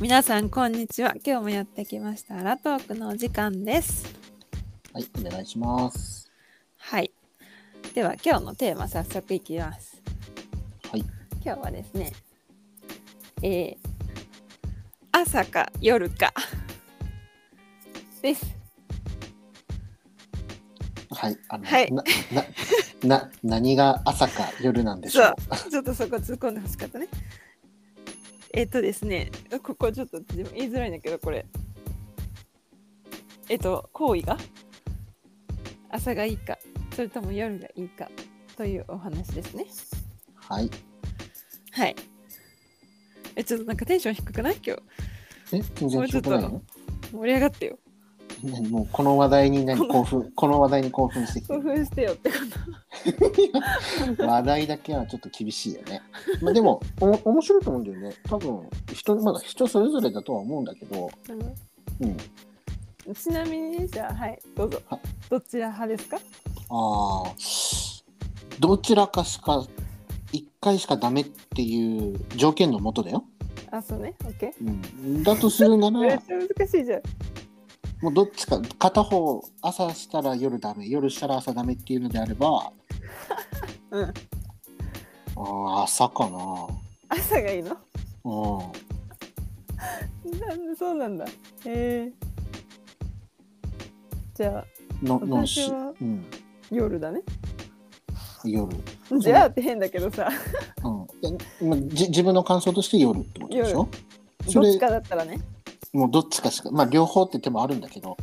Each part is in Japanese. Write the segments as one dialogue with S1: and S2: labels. S1: 皆さんこんにちは今日もやってきましたアラトークのお時間です
S2: はい、お願いします。
S1: はいでは今日のテーマ早速いきます
S2: はい
S1: 今日はですねえー朝か夜かです
S2: はい、あの、
S1: はい
S2: な、な、 な、何が朝か夜なんでしょう。
S1: ちょっとそこ突っ込んでほしかったねえっ、とですねここちょっと自分言いづらいんだけどこれえっ、と行為が朝がいいかそれとも夜がいいかというお話ですね
S2: はい、
S1: はい。え、ちょっとなんかテンション低くない今
S2: え、全
S1: もう
S2: 然
S1: ちょ
S2: 聞
S1: っと
S2: こないの。
S1: 日。盛り上がってよ。
S2: 何もうこの話題に何
S1: この
S2: 興奮、この話題に興奮してきて
S1: 興
S2: る。
S1: 奮してよってこ
S2: 話題だけはちょっと厳しいよね。まあ、でも、お、面白いと思うんだよね。多分、人、まだ人それぞれだとは思うんだけど。
S1: と。
S2: うん、
S1: ちなみに、じゃあ、はい、どうぞ
S2: は。
S1: どちら派ですか
S2: ああ。どちらかしか。一回しかダメっていう条件のもとだよ。
S1: あ、そうね。オッケー。
S2: うん、だとする な
S1: めっ
S2: ら。
S1: ちゃ難しいじゃん。
S2: もうどっちか片方朝したら夜ダメ夜したら朝ダメっていうのであれば
S1: うん。
S2: あー朝かな
S1: 朝がいいの
S2: うん
S1: なんでそうなんだ。えー。じゃあ、
S2: のの
S1: 私
S2: し
S1: は、
S2: うん、
S1: 夜だね。
S2: 夜、うん
S1: じゃあって変だけどさ、
S2: えまじ自分の感想として夜ってことでしょそ
S1: どっ
S2: れ
S1: ちかだったらね。
S2: もうどっちかしかまあ両方って手もあるんだけど、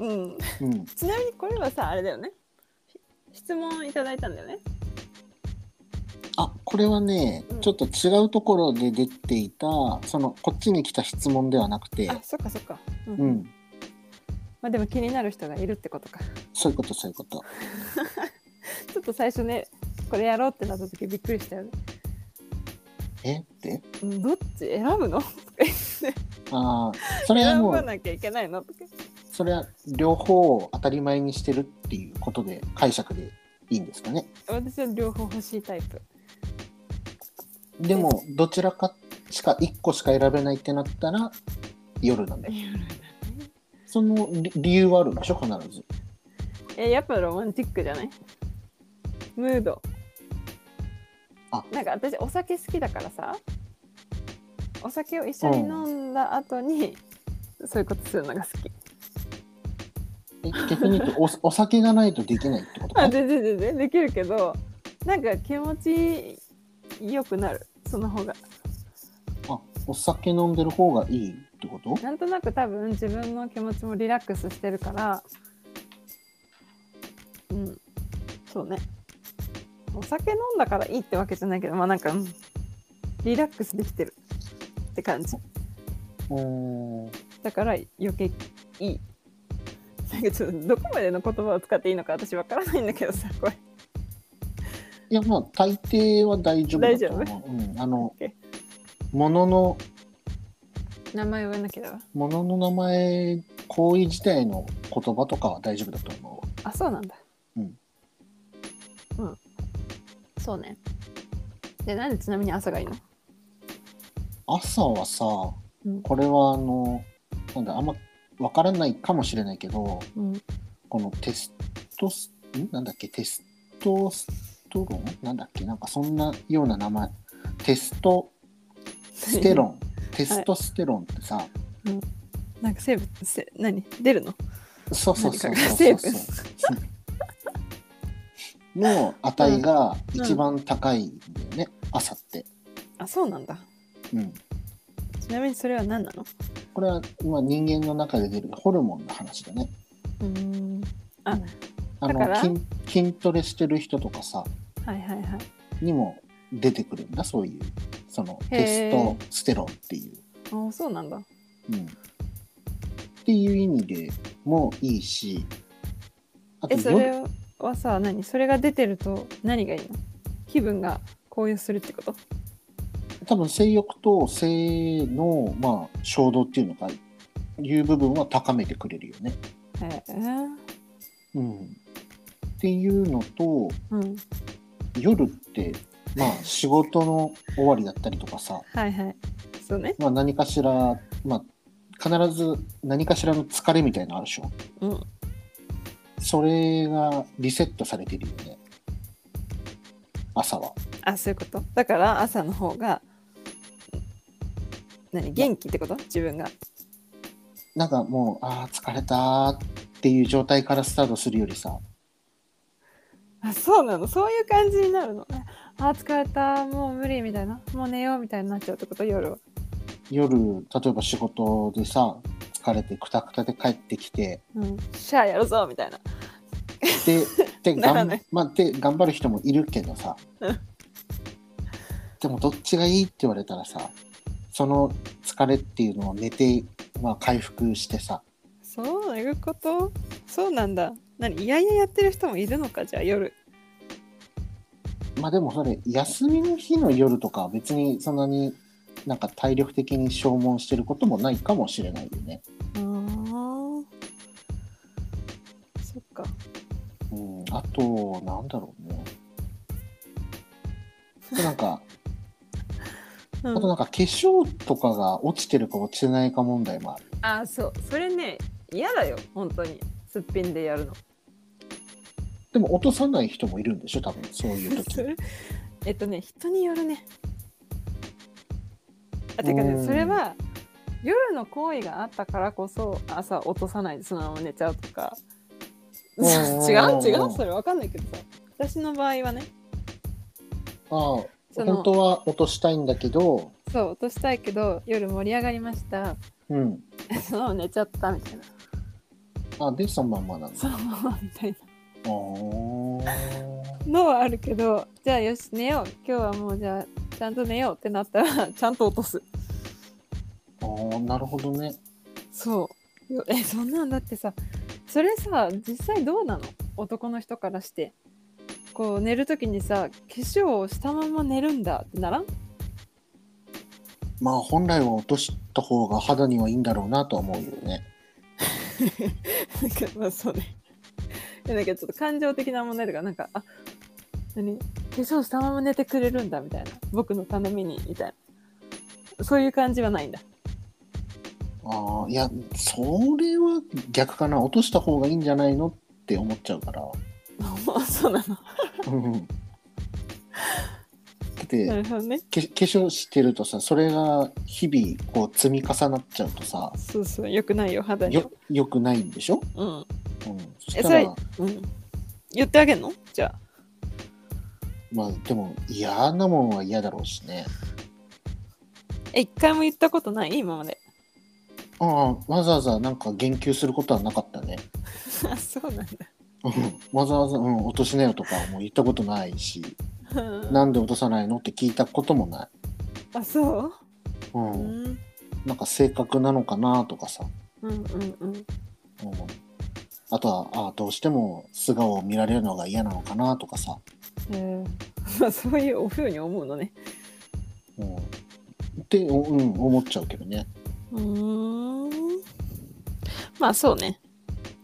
S1: うん。
S2: うん、
S1: ちなみにこれはさ、あれだよね。ひ質問いただいたんだよね。
S2: あこれはね、
S1: うん
S2: ちょっと違うところで出ていたそのこっちに来た質問ではなくて
S1: あ、そっかそっか。う
S2: う。ん
S1: まあでも気になる人がいるってことか。
S2: そういうことそういうこと
S1: ちょっと最初ねこれやろうってなった時びっくりしたよね。
S2: えって
S1: うんどっち選ぶの
S2: ああそれは
S1: 選
S2: もう
S1: ばなきゃいけないのとか。
S2: それは両方を当たり前にしてるっていうことで解釈でいいんですかね
S1: 私は両方欲しいタイプ。
S2: でもどちらかしか1個しか選べないってなったら夜なんだよその理理由はあるんでしょ必ず
S1: えやっぱロマンチックじゃないムード。
S2: あ
S1: なんか私お酒好きだからさお酒を一緒に飲んだ後に、そういうことするのが好き。
S2: え逆に言うとお お酒がないとできないってこと
S1: あ
S2: か
S1: 全然全然できるけどなんか気持ちよくなるその方が。
S2: あお酒飲んでる方がいいってこと
S1: なんとなく多分自分の気持ちもリラックスしてるからうんそうねお酒飲んだからいいってわけじゃないけどまあなんか、うんリラックスできてるって感じ
S2: うーん
S1: だから余計いいなんかちょっとどこまでの言葉を使っていいのか私わからないんだけどさこれ
S2: いやまあ大抵は大丈夫だと思う
S1: 大丈
S2: うん、あの
S1: OK
S2: ものの
S1: 名前を言わなければ
S2: ものの名前行為自体の言葉とかは大丈夫だと思うわ
S1: あそうなんだ
S2: うん
S1: うんそうねでなんでちなみに朝がいいの
S2: 朝はさ、
S1: うん
S2: これはあのなんだあんま分からないかもしれないけど
S1: うん
S2: このテストスんなんだっけテストストロンなんだっけなんかそんなような名前テストステロ ンテストステロンってさ、
S1: なんか成分せ何出るの
S2: そうそうそう
S1: 何か
S2: そ
S1: が
S2: うそ
S1: 成
S2: う
S1: 分
S2: そうの値が一番高いんだよね、朝って、
S1: あそうなんだ
S2: うん、
S1: ちなみにそれは何なの
S2: これは、まあ、人間の中で出るホルモンの話だね
S1: うんあ
S2: うんあ
S1: だから
S2: の筋筋トレしてる人とかさ
S1: はいはいはい
S2: にも出てくるんだそういうその
S1: へー
S2: テストステロンってい
S1: あそうなんだ
S2: う、うん、っていう意味でもいいしあと
S1: えそれ
S2: 夜
S1: はさ何それが出てると何がいいの気分が高揚するってこと
S2: 多分性欲と性の、まあ、衝動っていうのかいう部分は高めてくれるよね、
S1: へえ
S2: うん、っていうのと
S1: うん
S2: 夜ってまあ仕事の終わりだったりとかさ
S1: はいはいそうね。
S2: まあ、何かしら、まあ、必ず何かしらの疲れみたいなのあるでしょ
S1: うん。
S2: それがリセットされてるよね朝は
S1: あ、そういうこと。だから朝の方が、何元気ってこと自分が。
S2: なんかもうああ疲れたーっていう状態からスタートするよりさ
S1: あ、そうなの。そういう感じになるの。あ、疲れた。もう無理みたいな。もう寝ようみたいになっちゃうってこと夜は。
S2: 夜例えば仕事でさ疲れてくたくたで帰ってきて
S1: うん。シャアやるぞみたいな。
S2: でで
S1: なら
S2: 頑,、
S1: ない
S2: まあ、で頑張る人もいるけどさ
S1: うん
S2: でもどっちがいいって言われたらさその疲れっていうのを寝て、まあ、回復してさ
S1: そういうことそうなんだ。何いやいややってる人もいるのかじゃあ夜。
S2: まあでもそれ休みの日の夜とかは別にそんなになんか体力的に消耗してることもないかもしれないよね。
S1: あーそっか。
S2: うん、あとなんだろうね。あとなんか
S1: う
S2: あ
S1: ん
S2: となんか化粧とかが落ちてるか落ちてないか問題もある。
S1: あそうそれね嫌だよ本当にすっぴんでやる の
S2: でも落とさない人もいるんでしょ多分そういう 時
S1: そ。れえっとね人によるねあてか
S2: う
S1: ね
S2: ん
S1: それは夜の行為があったからこそ朝落とさないでそのまま寝ちゃうとか
S2: う ん
S1: 違う違うそれわかんないけどさ私の場合はね
S2: ああ
S1: その
S2: 本当は落としたいんだけど、
S1: そう落としたいけど夜盛り上がりました
S2: うん。
S1: そのまま寝ちゃったみたいな
S2: あでそのまんまなんだ。
S1: そのままみたいな
S2: あー
S1: のはあるけどじゃあよし寝よう今日はもうじゃあちゃんと寝ようってなったら ちゃんと落とす
S2: あーなるほどね。
S1: そうよえそんなんだってさそれさ実際どうなの男の人からしてこう寝る時にさ化粧をしたまま寝るんだってならん
S2: まあ本来は落とした方が肌にはいいんだろうなとは思うよね。
S1: なんかまあそうね えなんかちょっと感情的な問題とかなんかあ何化粧したまま寝てくれるんだみたいな僕のためにみたいなそういう感じはないんだ
S2: ああいやそれは逆かな落とした方がいいんじゃないのって思っちゃうから。
S1: あそうなの
S2: うんだって、
S1: なるほどね
S2: け化粧してるとさそれが日々こう積み重なっちゃうとさ
S1: そうそう、よくないよ、肌に。
S2: よよくないんでしょ、
S1: うん。
S2: うん、そ
S1: え
S2: し
S1: そ
S2: たら
S1: れ、うん。言ってあげんのじゃ
S2: まあでも嫌なもんは嫌だろうしね。
S1: あ。え、一回も言ったことない今まで。
S2: ああわざわざなんか言及することはなかったね。
S1: あ、 そうなんだ。
S2: うんわざわざ、うん、落としなよとかも言ったことないし。なんで落とさないのって聞いたこともない、
S1: あ、そう
S2: う、
S1: うんん。
S2: なんか性格なのかなとかさ、
S1: うんうんうん。
S2: うん、あとはあどうしても素顔を見られるのが嫌なのかなとかさ、
S1: えー、ま あそういうおふうに思うのね。
S2: うん、って、おうん、思っちゃうけどね
S1: うーん。まあそうね。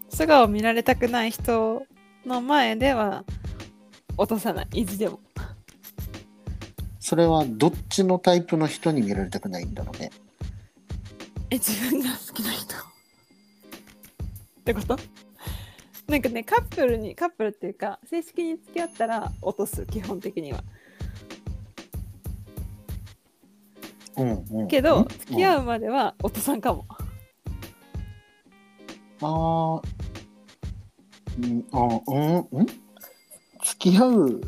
S1: 素顔を見られたくない人の前では落とさない。意地でも。
S2: それはどっちのタイプの人に見られたくないんだろうね
S1: え自分が好きな人ってことなんかねカップルにカップルっていうか正式に付き合ったら落とす基本的には
S2: うんうん
S1: けど
S2: ん
S1: 付き合
S2: うん
S1: うまでは落とさんかも、
S2: あーうんあうんうん付き合う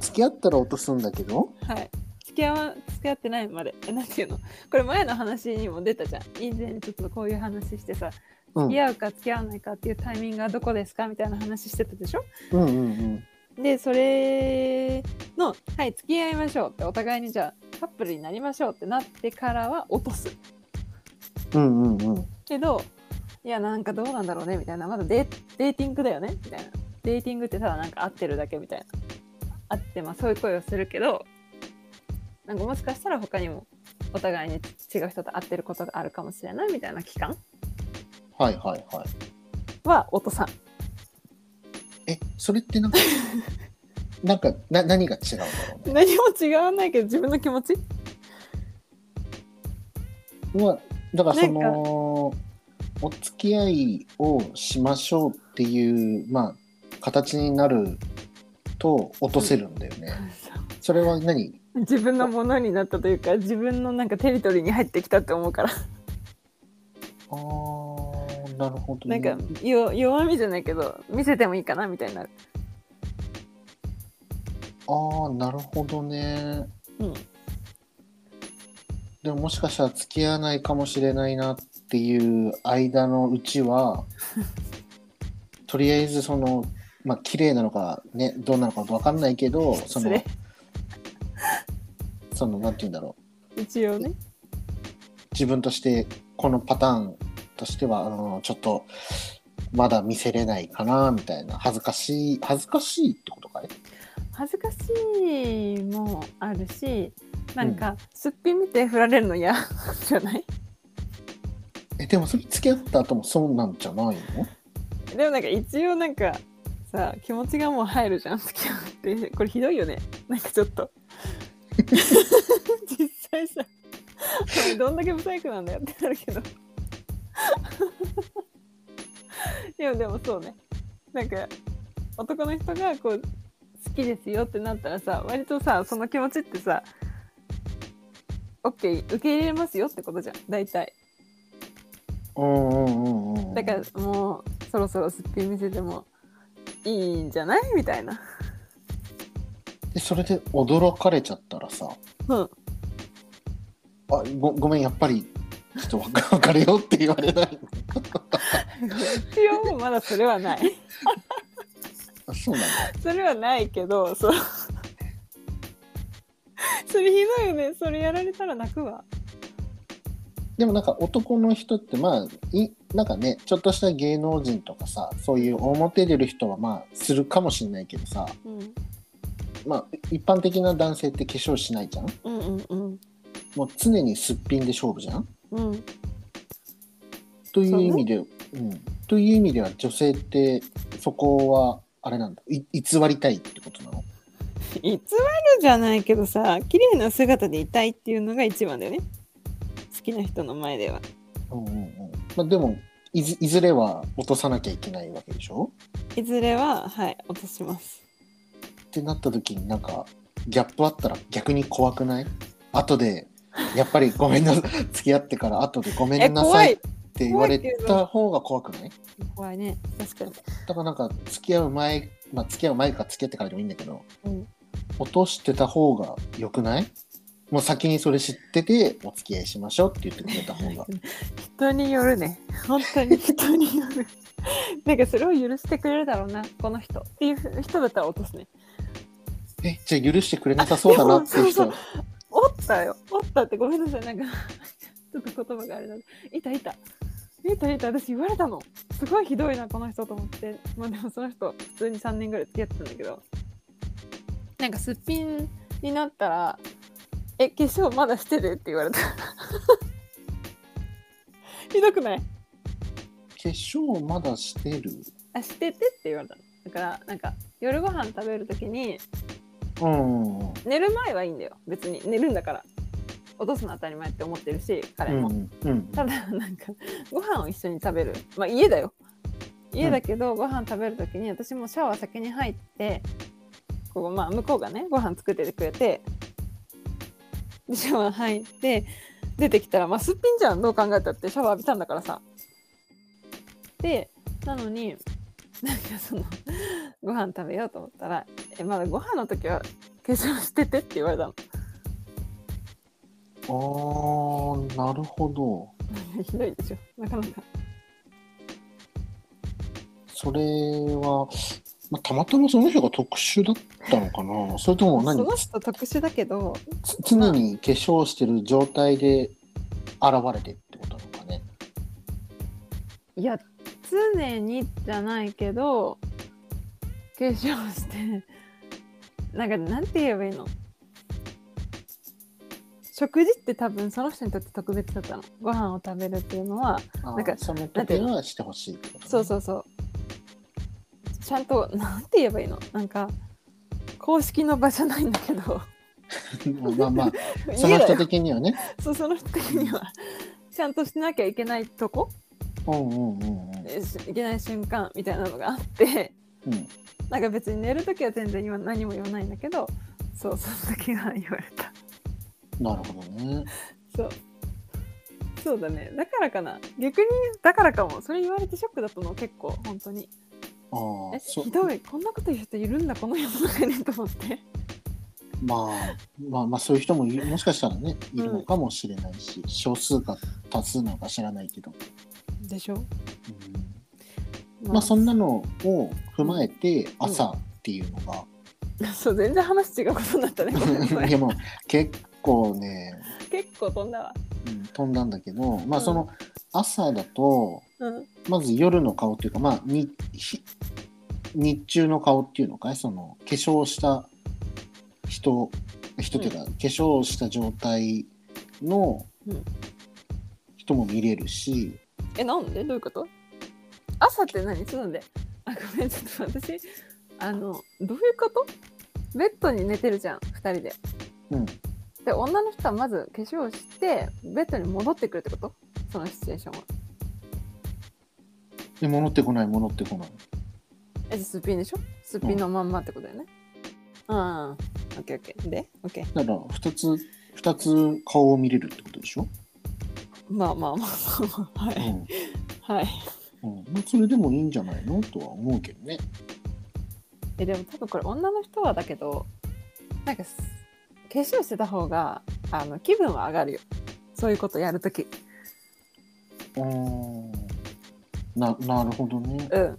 S2: 付き合ったら落とすんだけど
S1: はい付き合わ付き合ってないまでえなんていうのこれ前の話にも出たじゃん以前ちょっとこういう話してさ
S2: うん
S1: 付き合うか付き合わないかっていうタイミングはどこですかみたいな話してたでしょ
S2: うんうん
S1: でそれのはい付き合いましょうってお互いにじゃあカップルになりましょうってなってからは落とす
S2: うんうんうんうん
S1: けどいやなんかどうなんだろうねみたいなまだデデーティングだよねみたいなデーティングってただなんか合ってるだけみたいな合ってまあそういう声をするけどなんかもしかしたら他にもお互いに違う人と会ってることがあるかもしれないみたいな期間
S2: はいはいはい
S1: はお父さん
S2: えそれってな んかなんか な何が違うんだろう ね
S1: 何も違わないけど自分の気持ち
S2: はだからそのお付き合いをしましょうっていうまあ形になると落とせるんだよね。それは何
S1: 自分のものになったというか自分のなんかテリトリーに入ってきたって思うから
S2: あーなるほど、
S1: な
S2: ね。
S1: んかよ弱みじゃないけど見せてもいいかなみたいな、
S2: ああなるほどね。
S1: うん、
S2: でももしかしたら付き合わないかもしれないなっていう間のうち はとりあえずそのまあ綺麗なのかねどうなのか分かんないけどそ
S1: 失
S2: の
S1: 礼
S2: そのなんて言うんだろう
S1: 一応ね
S2: 自分としてこのパターンとしてはあのちょっとまだ見せれないかなみたいな恥ずかしい恥ずかしいってことかい
S1: 恥ずかしいもあるしなんかすっぴん見て振られるの嫌じゃない
S2: えでもそれ付き合った後もそうなんじゃないの
S1: でもなんか一応なんかさ気持ちがもう入るじゃん 付き合うってこれひどいよねなんかちょっと 実際さお前どんだけ不細工なんだよってなるけど でもでもそうねなんか男の人がこう好きですよってなったらさ割とさその気持ちってさ OK 受け入れますよってことじゃん大体
S2: うんうんうんうん
S1: だからもうそろそろすっぴん見せてもいいんじゃないみたいな。
S2: でそれで驚かれちゃったらさ
S1: うん、
S2: あごごめんやっぱりちょっとわか別れようって言われない
S1: 一応もうまだそれはない
S2: あそうなん だ
S1: それはないけどそう それひどいよねそれやられたら泣くわ
S2: でもなんか男の人ってまあいなんかねちょっとした芸能人とかさそういう表出る人はまあするかもしれないけどさ
S1: うん
S2: まあ一般的な男性って化粧しないじゃん
S1: うんうんうん
S2: もう常にすっぴんで勝負じゃん
S1: うん
S2: という意味でう、ん、という意味では女性ってそこはあれなんだい偽りたいってことなの
S1: 偽るじゃないけどさ綺麗な姿でいたいっていうのが一番だよね好きな人の前では
S2: うんうんうんまあでもいずいずれは落とさなきゃいけないわけでしょ
S1: いずれははい落とします
S2: ってなった時になんかギャップあったら逆に怖くない後でやっぱりごめんな 付き合ってから後でごめ
S1: え
S2: んなさ
S1: 怖
S2: いっ
S1: い
S2: て言われ
S1: 怖いけ
S2: た方が怖くない
S1: 怖いね確かに
S2: だからなんか付き合う前まあ付き合う前か付き合ってからでもいいんだけど、
S1: うん
S2: 落としてた方が良くないもう先にそれ知っててお付き合いしましょうって言ってくれた方 が
S1: 人によるね本当に 人によるなんかそれを許してくれるだろうなこの人っていう人だったら落とすね
S2: えじゃあ許してくれなさ そうだなっていう人
S1: あでもおったよおったってごめんなさいなんか ちょっと言葉があれだいたいたいたいた私言われたのすごいひどいなこの人と思ってまあでもその人普通に3年ぐらい付き合ってたんだけどなんかすっぴんになったら「え化粧まだしてる?」って言われた ひどくない
S2: 化粧まだしてる
S1: あしててって言われたのだからなんか夜ご飯食べるときに
S2: うんうんうん
S1: 寝る前はいいんだよ別に寝るんだから落とすの当たり前って思ってるし彼
S2: うん
S1: も、
S2: うんうん
S1: ただなんかご飯を一緒に食べるまあ家だよ家だけどご飯食べるときに私もシャワー先に入ってここまあ向こうがねご飯作っててくれてでシャワー入って出てきたらまあすっぴんじゃんどう考えたってシャワー浴びたんだからさでなのになんかそのご飯食べようと思ったら「えまだご飯の時は化粧してて」って言われたの
S2: あーなるほど
S1: ひどいでしょなかなか
S2: それは、まあ、たまたまその人が特殊だったのかなそれとも
S1: そ
S2: 何
S1: の人特殊だけど
S2: つ常に化粧してる状態で現れてってことなのかね
S1: いや常にじゃないけど化粧してなんかなんて言えばいいの食事って多分その人にとって特別だったのご飯を食べるっていうのは
S2: あー
S1: なんか
S2: その時はしてほしいってこと、ね、
S1: そうそうそうちゃんとなんて言えばいいのなんか公式の場じゃないんだけど
S2: まあまあまあその
S1: 家だ
S2: 人
S1: よ
S2: 的にはね
S1: そうその人的にはちゃんとしなきゃいけないとこ
S2: うんうんうんうん
S1: えしいけない瞬間みたいなのがあって
S2: うん
S1: なんか別に寝る時は全然今何も言わないんだけどそうその時は言われた
S2: なるほどね
S1: そうそうだねだからかな逆にだからかもそれ言われてショックだったの結構本当に
S2: あ
S1: え
S2: あそ
S1: ひどいこんなこと言う人いるんだこの世の中にと思って
S2: まあまあまあそういう人もいもしかしたらねいるのかもしれないし、少数か多数なのか知らないけど、
S1: でしょ
S2: うん
S1: ま
S2: まあそんなのを踏まえて朝っていうのが、
S1: そう全然話違うことになったねごめんなさ
S2: い
S1: い
S2: やもう結構ね、
S1: 結構飛んだわ
S2: うん飛んだんだけどまあ
S1: うん
S2: その朝だと
S1: うん
S2: まず夜の顔っていうかまあにひ日中の顔っていうのかいその化粧した人人っていうか、化粧した状態の
S1: うん
S2: 人も見れるし、
S1: えなんでどういうこと朝って何ちょっと待ってあごめんちょっと私あのどういうことベッドに寝てるじゃん2人で
S2: うん、
S1: で女の人はまず化粧をしてベッドに戻ってくるってことそのシチュエーションは
S2: で戻ってこない戻ってこない
S1: えじゃあすっぴんでしょすっぴんのまんまってことだよねうんオッケーオッケーでオッケー
S2: だから2つ二つ顔を見れるってことでしょ、
S1: まあまあまあまあまあは
S2: う
S1: い、
S2: ん
S1: はい、
S2: うんまあ、それでもいいんじゃないのとは思うけどね
S1: えでも多分これ女の人はだけどなんかす化粧してた方があの気分は上がるよそういうことやるとき
S2: うんななるほどね
S1: うん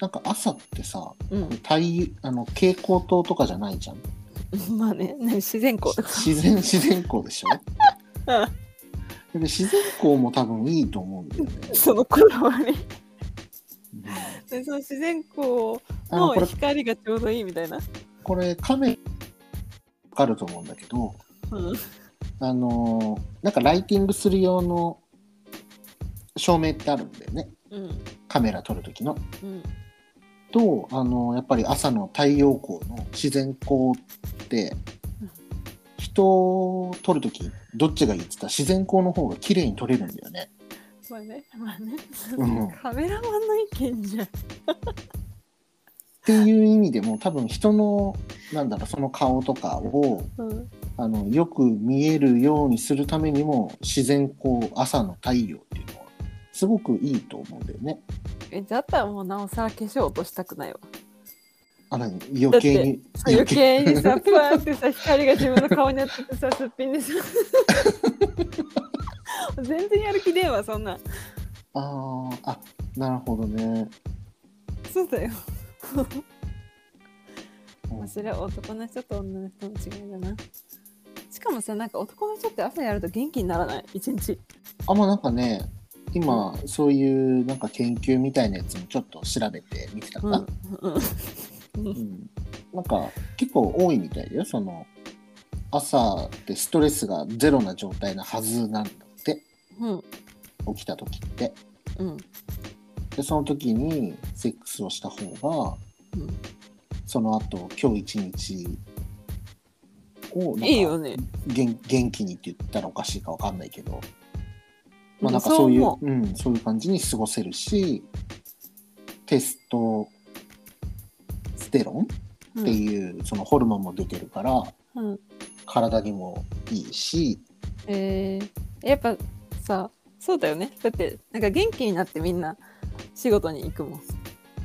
S2: なんか朝ってさ
S1: うん
S2: 太あの蛍光灯とかじゃないじゃん
S1: まあね、何自然 光とか。
S2: 自然 自然光でしょでも自然光も多分いいと思うんだよね、
S1: そのこだわり。
S2: うん
S1: で、その自然光
S2: あの
S1: の
S2: これ
S1: 光がちょうどいいみたいな。
S2: これカメラわかると思うんだけど
S1: うん。
S2: あのーなんかライティングする用の照明ってあるんだよね
S1: うん。
S2: カメラ撮る時の
S1: うん。
S2: とあのやっぱり朝の太陽光の自然光って
S1: うん
S2: 人を撮る時どっちがいいって言ったら自然光の方が綺麗に撮れるんだよね。
S1: まあね、まあね。
S2: うん
S1: カメラマンの意見じゃん。
S2: っていう意味でも多分人のなんだろうその顔とかを
S1: うん。
S2: あのよく見えるようにするためにも自然光朝の太陽っていうのはすごくいいと思うんだよね。
S1: え、だったらもうなおさら化粧落としたくないわ。
S2: あ何余計に
S1: 余計にさ、
S2: 余
S1: パーンってさ、光が自分の顔に当たってさ、すっぴん でさ。全然やる気ねえわ、そんなん。
S2: あーあなるほどね。
S1: そうだよ。
S2: うん
S1: まあそれは男の人と女の人の違いだなしかもさなんか男の人って朝やると元気にならない一日
S2: あまあなんかね今そういうなんか研究みたいなやつもちょっと調べてみてたか
S1: うん
S2: な、
S1: うんう
S2: うんんなんか結構多いみたいだよその朝ってストレスがゼロな状態なはずなんだって
S1: うん
S2: 起きた時って
S1: うん
S2: でその時にセックスをした方がその後今日一日を
S1: うん
S2: ない
S1: い
S2: ん
S1: よ
S2: か
S1: ね
S2: 元元気にって言ったらおかしいかわかんないけど
S1: う
S2: まあ
S1: ん
S2: なんかそういう、
S1: そう思
S2: うん、そういう感じに過ごせるし、テストステロン
S1: う
S2: って
S1: ん
S2: いうそのホルモンも出てるから、
S1: うん
S2: 体にもいいし、
S1: えーやっぱさそうだよねだってなんか元気になってみんな仕事に行くもん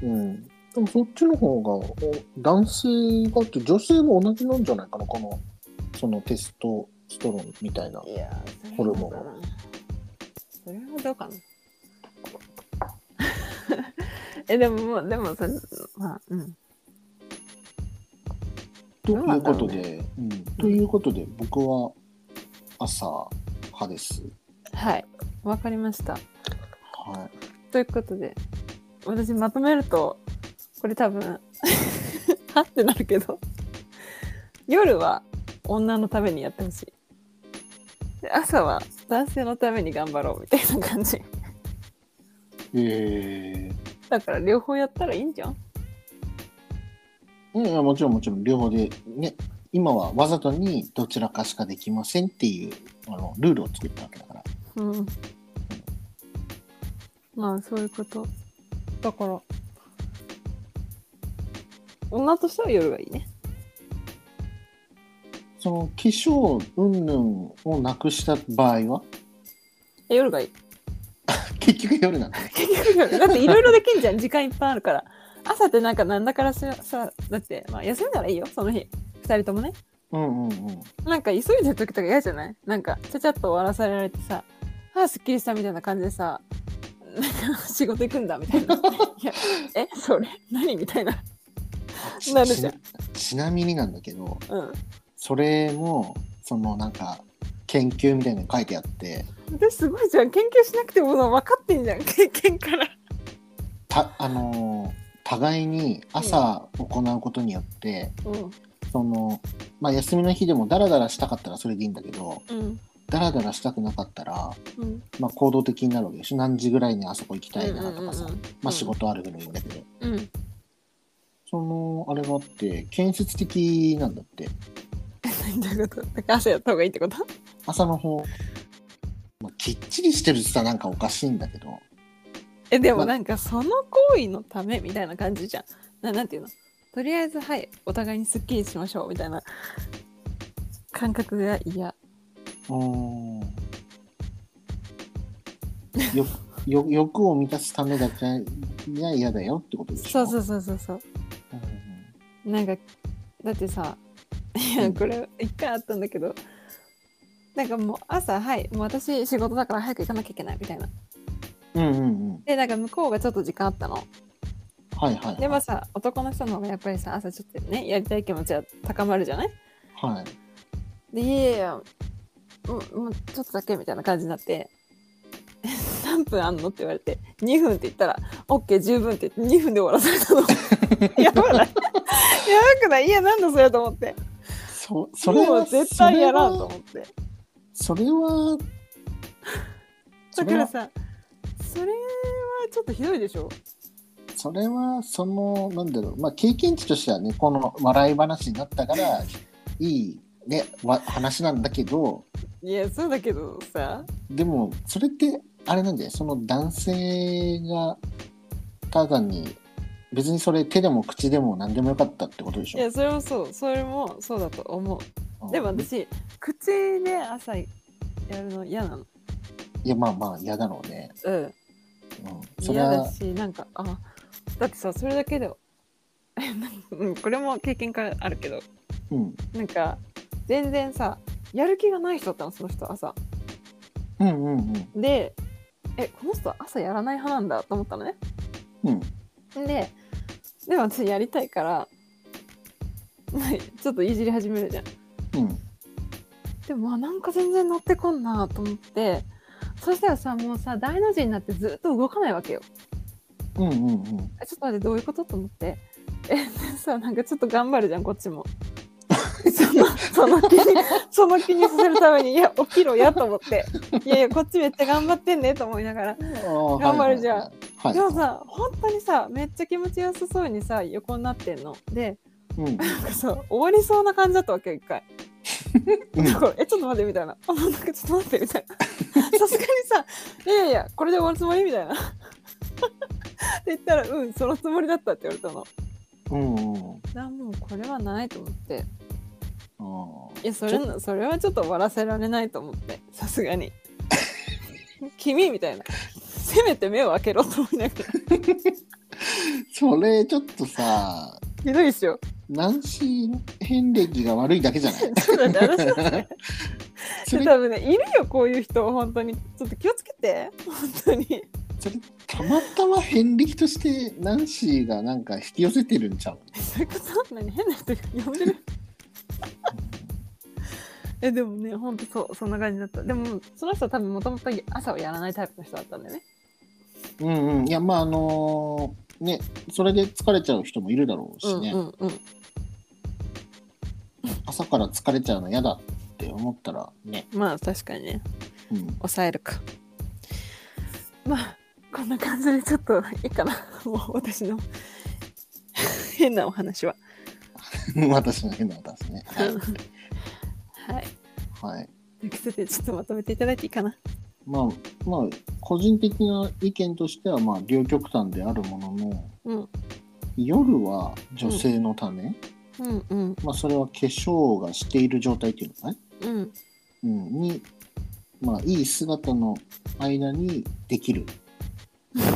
S2: うん。でもそっちの方が、お男性がって女性も同じなんじゃないかな、この、そのテストステロンみたいな。
S1: いや
S2: ホルモンは
S1: それはどうかな えでももうでもさまあうん
S2: とい
S1: どうな
S2: うん
S1: だ
S2: こ
S1: ろ
S2: と
S1: うね
S2: で、うん、ということで、僕は朝派です。
S1: はいわかりました
S2: は
S1: ということで私まとめるとこれ多分 はってなるけど夜は女のためにやってほしいで朝は男性のために頑張ろうみたいな感じ
S2: い。えー。
S1: だから両方やったらいいんじゃん
S2: うんいやもちろんもちろん両方でね今はわざとにどちらかしかできませんっていうあのルールを作ったわけだから
S1: うん。まあ、そういうこと。だから、女としては夜がいいね。
S2: その化粧云々をなくした場合は
S1: え夜がいい。
S2: 結局夜なんだね
S1: 結局夜だっていろいろできんじゃん。時間いっぱいあるから。 朝ってなんかなんだからしさ、だって、まあ、休みならいいよ、その日。二人ともね。
S2: うんうんうん
S1: なんか急いでる時とか嫌じゃないなんかちゃちゃっと終わらされられてさ「ああすっきりした」みたいな感じでさ「なんか仕事行くんだ」みたいな「い やえそれ何?」みたいな
S2: ち
S1: なるじゃん
S2: ちちなみになんだけど
S1: うん
S2: それもそのなんか研究みたいなの書いてあって
S1: 私すごいじゃん研究しなくてもの分かってんじゃ ん経験から
S2: たあのー互いに朝行うことによって、
S1: うん
S2: そのまあ休みの日でもダラダラしたかったらそれでいいんだけど
S1: うん
S2: ダラダラしたくなかったら、
S1: うん
S2: まあ、行動的になるわけでしょ何時ぐらいにあそこ行きたいなとかさ、ま
S1: ま
S2: あ仕事あるでもいいんだけど、
S1: うん
S2: そのあれがあって建設的なんだって
S1: 何どういうことなんか朝やった方がいいってこと
S2: 朝の方、まあ、きっちりしてるってさなんかおかしいんだけど
S1: えでもなんかその行為のためみたいな感じじゃんななんていうのとりあえずはいお互いにすっきりしましょうみたいな感覚が嫌
S2: うーんよよ欲を満たすためだけじゃ嫌だよってことでし
S1: そ
S2: ょ、
S1: うそううそうそうそう
S2: うん
S1: なんかだってさいうや
S2: ん
S1: これ一回あったんだけどなんかもう朝はいもう私仕事だから早く行かなきゃいけないみたいな
S2: うんうんうん
S1: でなんか向こうがちょっと時間あったの
S2: はいはいはい
S1: でもさ男の人の方がやっぱりさ朝ちょっとねやりたい気持ちは高まるじゃない
S2: はい
S1: でいやいやうんもうちょっとだけみたいな感じになって え何分あんのって言われて2分って言ったら OK 十分って言って2分で終わらされたの やばないやばくないいやなんだそれと思って
S2: そそれ
S1: も
S2: は
S1: う絶対やらんと
S2: それは
S1: 思って
S2: それは
S1: だ
S2: そ
S1: か
S2: れ
S1: ら
S2: は
S1: さそれはちょっとひどいでしょ
S2: それはそのなんだろうまあ経験値としてはねこの笑い話になったからいいねわ話なんだけど
S1: いやそうだけどさ
S2: でもそれってあれなんだよその男性がただに別にそれ手でも口でも何でもよかったってことでし
S1: い
S2: ょ
S1: やそれもそうそれもそうだと思
S2: う
S1: うんでも私口で朝やるの嫌なの
S2: いやまあまあ嫌だろうね、
S1: うん
S2: うん、それ
S1: 嫌だ
S2: は
S1: しなんかあだってさそれだけで うんこれも経験からあるけど
S2: うん
S1: なんか全然さやる気がない人だったのその人朝
S2: うんうんうん
S1: でえこの人は朝やらない派なんだと思ったのね
S2: うん
S1: ででも私やりたいから ちょっといじり始めるじゃん
S2: うん
S1: でもあなんか全然乗ってこんなと思ってそしたらさもうさ大の字になってずっと動かないわけよ
S2: うんうんうん
S1: えちょっと待ってどういうことと思ってえでさなんかちょっと頑張るじゃんこっちも そのその気に その気にさせるためにいや起きろやと思っていやいやこっちめっちゃ頑張ってんねと思いながら頑
S2: 頑
S1: 張るじゃん
S2: はい
S1: でもさ本当にさめっちゃ気持ちよさそうにさ横になってんので
S2: うんうん
S1: なんかさ終わりそうな感じだったわけよ一回
S2: うん
S1: だから「えちょっと待って」みたいな「あなんかちょっと待って」みたいな さすがにさ「いやいやいやこれで終わるつもり?」みたいなって言ったら「うんそのつもりだった」って言われたの
S2: うんうん
S1: あもうこれはないと思って
S2: あー
S1: いやそれそれはちょっと終わらせられないと思ってさすがに 君みたいなせめて目を開けろと思いな がら
S2: それちょっとさ
S1: ひどいっしょ
S2: ナンシー遍歴が悪いだけじゃない
S1: そうだね私だって
S2: それ
S1: 多分ねいるよこういう人本当にちょっと気をつけて本当に
S2: それたまたま遍歴としてナンシーがなんか引き寄せてるんちゃう
S1: そういうこと何変な人呼んでる えでもねほんとそうそんな感じだったでもその人は多分もともと朝をやらないタイプの人だったんだよね
S2: うんうんいやまああのーねそれで疲れちゃう人もいるだろうしね、
S1: うんうんうん
S2: 朝から疲れちゃうの嫌だって思ったらね、
S1: まあ確かにね
S2: うん、
S1: 抑えるかまあこんな感じでちょっといいかな もう私の変なお話は
S2: 私の変な私ねはい、
S1: はい
S2: はい
S1: ということでちょっとまとめていただいていいかな
S2: まあまあ個人的な意見としてはまあ両極端であるものの
S1: うん
S2: 夜は女性のため、
S1: うんうん
S2: まあ、それは化粧がしている状態っていうのかな、
S1: うん
S2: うん、に、まあ、いい姿の間にできる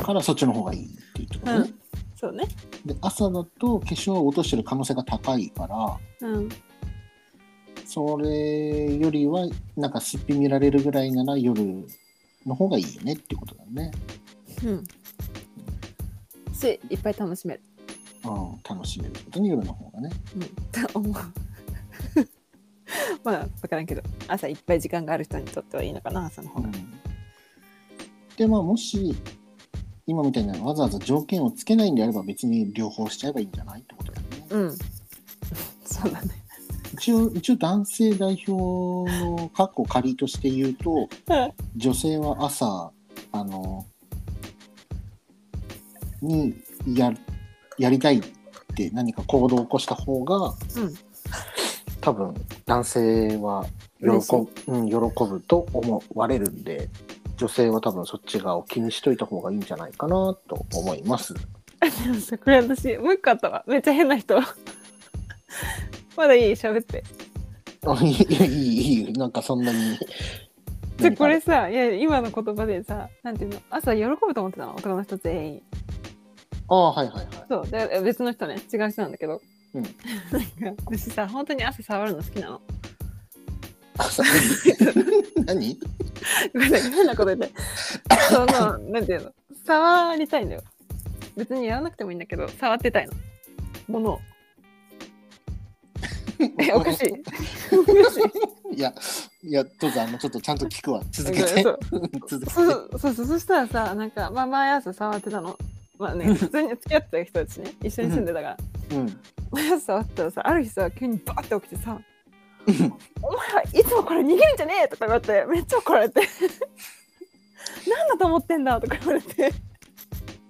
S2: からそっちの方がいいっていうところね、
S1: そうね
S2: で朝だと化粧を落としてる可能性が高いから
S1: うん
S2: それよりはなんかすっぴん見られるぐらいなら夜の方がいいよねっていうことだね、
S1: うんしいっぱい楽しめる、
S2: うん、楽しめることに夜の方がね
S1: うん、と思う まあ分からんけど朝いっぱい時間がある人にとってはいいのかな朝の方が
S2: でまあもし今みたいなわざわざ条件をつけないんであれば別に両方しちゃえばいいんじゃないってことだよね。
S1: うんそうだね
S2: 一応一応男性代表の括弧仮として言うと
S1: はい
S2: 女性は朝あのにややりたいって何か行動を起こした方が
S1: うん
S2: 多分男性は喜
S1: 嬉しい
S2: ぶ,、うん、喜ぶと思われるんで女性は多分そっち側を気にしといた方がいいんじゃないかなと思います。
S1: でもさこれ私もう一個あったわめっちゃ変な人 まだいい喋って
S2: あいいいいいいいいなんかそんなに。
S1: じゃこれさいや今の言葉でさなんていうの朝喜ぶと思ってたの男の人全員
S2: ああはいはいはい。
S1: そうで別の人ね違う人なんだけど、
S2: うん
S1: なんか私さ本当に朝触るの好きなの
S2: 朝何
S1: ごめんなさい変なこと言ってそのなんていうの触りたいんだよ別にやらなくてもいいんだけど触ってたいのものをえおか しいおかしい
S2: いや、いや、どうぞ、あの、ちょっとちゃんと聞くわ。続けて
S1: そ。う
S2: 続けて。
S1: そうそうそうそしたらさなんか、まあ、毎朝触ってたのまあね普通に付き合ってた人たちね一緒に住んでたから、
S2: うん。
S1: 毎朝触ったらさある日さ急にバーって起きてさ「お前はいつもこれ逃げるんじゃねえ!」とか言われてめっちゃ怒られて 「なんだと思ってんだ!」とか言われて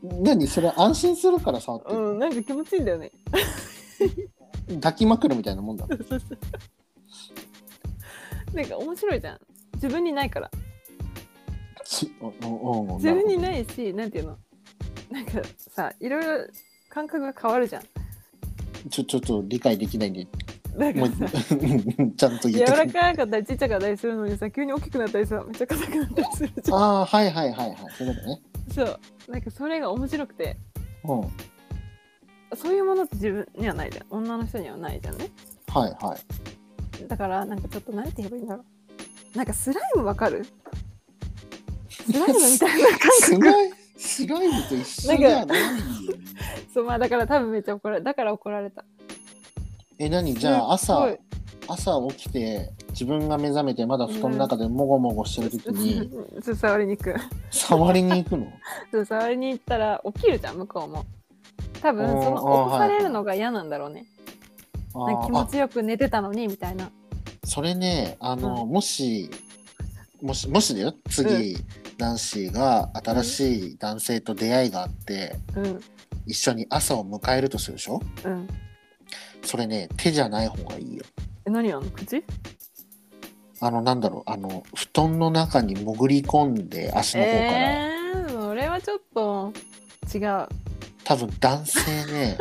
S2: 何それ安心するから触って
S1: う
S2: る、
S1: んなんか気持ちいいんだよね
S2: 抱きまくるみたいなもんだ。
S1: そうそうなんか面白いじゃん自分にないから
S2: ちおおお
S1: 自分に
S2: い。
S1: ないしなんていうのなんかさいろいろ感覚が変わるじゃん
S2: ちょ、ちょっと理解できないんで、
S1: だか
S2: もう、
S1: ら
S2: う
S1: さ
S2: んちゃんと言
S1: 柔
S2: ってく
S1: ら
S2: れ。
S1: かかったりちっちゃかったりするのにさ急に大きくなったりさめっちゃ硬くなったりするじゃん
S2: ああ、はいはいはいはい。そういうことね。
S1: そうなんかそれが面白くて
S2: うん。
S1: そういうものって自分にはないじゃん女の人にはないじゃんね
S2: はいはい。
S1: だからなんかちょっと何て言えばいいんだろうなんかスライムわかるスライムみたいな感
S2: す
S1: 覚
S2: ごい。すごいのと一緒じゃないよね。
S1: そうまあだから多分めっちゃ怒られだから怒られた
S2: え、何じゃあ
S1: す
S2: 朝
S1: ごい、
S2: 朝起きて、自分が目覚めて、まだ布団の中でもごもごしてる時に、
S1: そう触りに行く
S2: 触りに 行くの
S1: そう触りに行ったら起きるじゃん向こうも多分その起こされるのが嫌なんだろうねなん
S2: あ
S1: か
S2: ー
S1: 気持ちよく寝てたのにみたいな
S2: それねあの、もしもしもしだよ次、男子が新しい男性と出会いがあって、
S1: うん
S2: 一緒に朝を迎えるとするでしょ
S1: うん
S2: それね手じゃない方がいいよ
S1: え何やんの口
S2: あのなんだろうあの布団の中に潜り込んで足の方から、
S1: えー、それはちょっと違う
S2: 多分男性 ね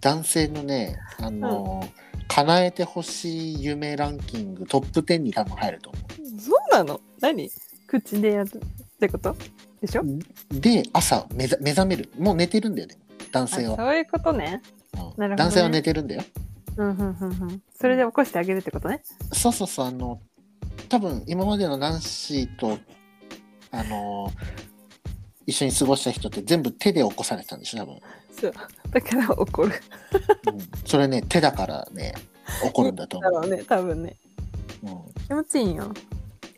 S2: 男性のねあの、叶えてほしい夢ランキングトップ10に多分入ると思う
S1: そうなの何口でやるってことでしょ
S2: で朝目ざ目覚めるもう寝てるんだよね男
S1: あ
S2: 性は
S1: そういうことね
S2: うん
S1: なるほどね
S2: 男性は寝てるんだよ
S1: うんうんうんうんそれで起こしてあげるってことね
S2: そうそうそうあの多分今までのナンシーとあの一緒に過ごした人って全部手で起こされてたんでしょ多分、
S1: そうだから怒る
S2: うん、それね手だからね起こるんだと
S1: だ
S2: 思
S1: ろうね多分ね
S2: う、
S1: 気持ちいいんよ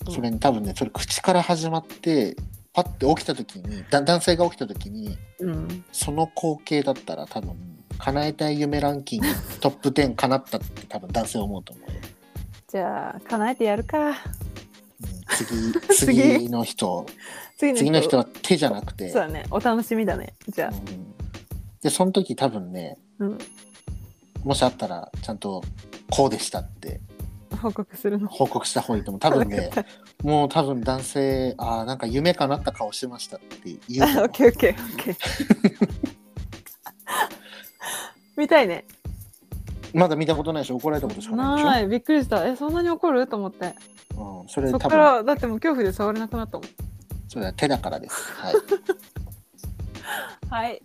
S2: うん、それに多分ねそれ口から始まってパッて起きた時にだ男性が起きた時に
S1: うん
S2: その光景だったら多分叶えたい夢ラ ンキングトップ10叶ったって多分男性は思うと思うよ
S1: じゃあ叶えてやるか
S2: うん 次
S1: 次
S2: 次の人
S1: 次の人
S2: 次の人は手じゃなくて
S1: そうだねお楽しみだねじゃ
S2: うんでその時多分ね
S1: あうん
S2: もしあったらちゃんとこうでしたって
S1: 報告するの
S2: 報告した方がいいと思う多 分ねもう多分男性ああなんか夢かなった顔してましたって言う と
S1: あ、
S2: 思
S1: オ
S2: う
S1: ッケーオッケーオッケー。 見たいね。
S2: まだ見たことないし怒られたことしかないでしょ
S1: ない、びっくりした。え、そんなに怒ると思って。
S2: うん、それ
S1: そっか
S2: 多分
S1: ら、だってもう恐怖で触れなくなったもん。
S2: それは手だからです。 はい。
S1: はい、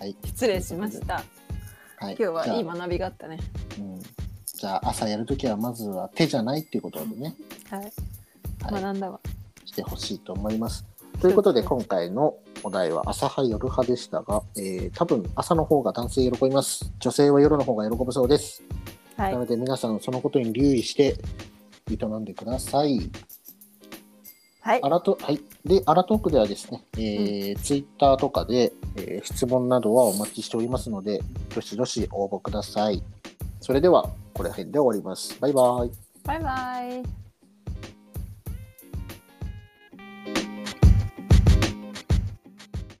S2: はい、
S1: 失礼しまし。た。
S2: は
S1: 今
S2: い、
S1: 日はいい
S2: じゃあ
S1: 学びがあったね。
S2: うんじゃあ朝やるときはまずは手じゃないっていうことでね、
S1: はい、
S2: は
S1: 学んだわ。
S2: い、してほしいと思います。ということで今回のお題は朝派夜派でしたが、えー多分朝の方が男性喜びます。女性は夜の方が喜ぶそうです。
S1: は、
S2: ないので皆さんそのことに留意して営んでください。
S1: はい
S2: ア、ラトはい、でアラトークではですね、えーツイッターとかで、えー質問などはお待ちしておりますので、どしどし応募ください。それでは、これ辺で終わります。バイバイ。
S1: バイバイ。